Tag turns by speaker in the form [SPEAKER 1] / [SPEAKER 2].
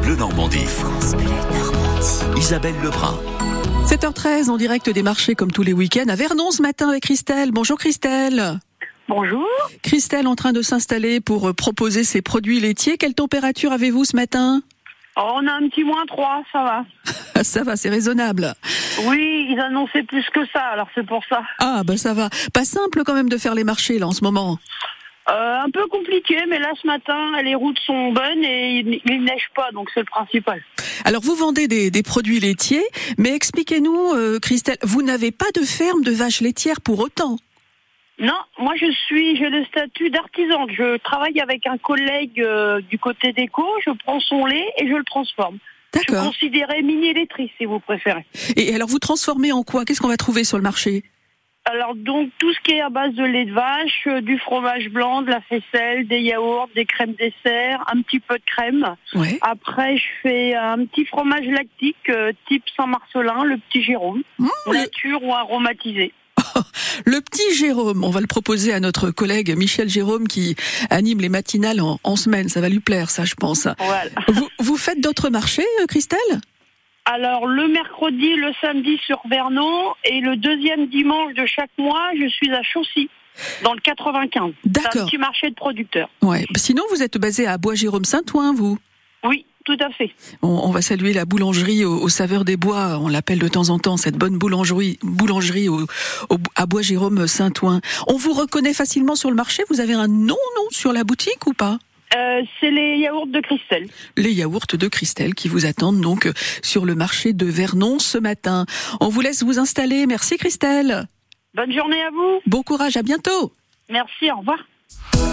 [SPEAKER 1] Bleu Normandie.
[SPEAKER 2] France Bleu Normandie.
[SPEAKER 1] Isabelle Lebrun.
[SPEAKER 3] 7h13 en direct des marchés comme tous les week-ends à Vernon ce matin avec Christelle. Bonjour Christelle.
[SPEAKER 4] Bonjour.
[SPEAKER 3] Christelle en train de s'installer pour euh, proposer ses produits laitiers. Quelle température avez-vous ce matin
[SPEAKER 4] Oh, on a un petit moins 3, ça va.
[SPEAKER 3] Ah, Ça va, c'est raisonnable.
[SPEAKER 4] Oui, ils annonçaient plus que ça, alors c'est pour ça.
[SPEAKER 3] Ah bah ça va. Pas simple quand même de faire les marchés là en ce moment.
[SPEAKER 4] Euh, un peu compliqué, mais là ce matin, les routes sont bonnes et il, il neige pas, donc c'est le principal.
[SPEAKER 3] Alors vous vendez des, des produits laitiers, mais expliquez-nous euh, Christelle, vous n'avez pas de ferme de vaches laitières pour autant.
[SPEAKER 4] Non, moi je suis, j'ai le statut d'artisan. Je travaille avec un collègue euh, du côté déco, je prends son lait et je le transforme. Je suis
[SPEAKER 3] D'accord.
[SPEAKER 4] considérée mini laiterie si vous préférez.
[SPEAKER 3] Et alors vous transformez en quoi Qu'est-ce qu'on va trouver sur le marché
[SPEAKER 4] Alors donc tout ce qui est à base de lait de vache, euh, du fromage blanc, de la faisselle, des yaourts, des crèmes dessert, un petit peu de crème.
[SPEAKER 3] Ouais.
[SPEAKER 4] Après, je fais un petit fromage lactique euh, type Saint-Marcelin, le petit Jérôme,
[SPEAKER 3] Mmh, le-
[SPEAKER 4] nature ou aromatisé.
[SPEAKER 3] Le petit Jérôme, on va le proposer à notre collègue Michel Jérôme qui anime les matinales en, en semaine. Ça va lui plaire, ça, je pense.
[SPEAKER 4] Voilà.
[SPEAKER 3] Vous, vous faites d'autres marchés, euh, Christelle
[SPEAKER 4] Alors le mercredi, le samedi sur Vernon et le deuxième dimanche de chaque mois, je suis à Chaussy, dans le 95. C'est un
[SPEAKER 3] D'accord.
[SPEAKER 4] petit marché de producteurs.
[SPEAKER 3] Ouais. Sinon, vous êtes basé à Bois-Jérôme-Saint-Ouen, vous
[SPEAKER 4] Oui, tout à fait.
[SPEAKER 3] on, on va saluer la boulangerie aux, aux saveurs des bois. On l'appelle de temps en temps, cette bonne boulangerie, boulangerie au- au- à Bois-Jérôme-Saint-Ouen. On vous reconnaît facilement sur le marché Vous avez un nom, non, sur la boutique ou pas
[SPEAKER 4] Euh, c'est les yaourts de Christelle.
[SPEAKER 3] les yaourts de Christelle qui vous attendent donc sur le marché de Vernon ce matin. On vous laisse vous installer. Merci Christelle.
[SPEAKER 4] Bonne journée à vous.
[SPEAKER 3] Bon courage, à bientôt.
[SPEAKER 4] Merci, au revoir.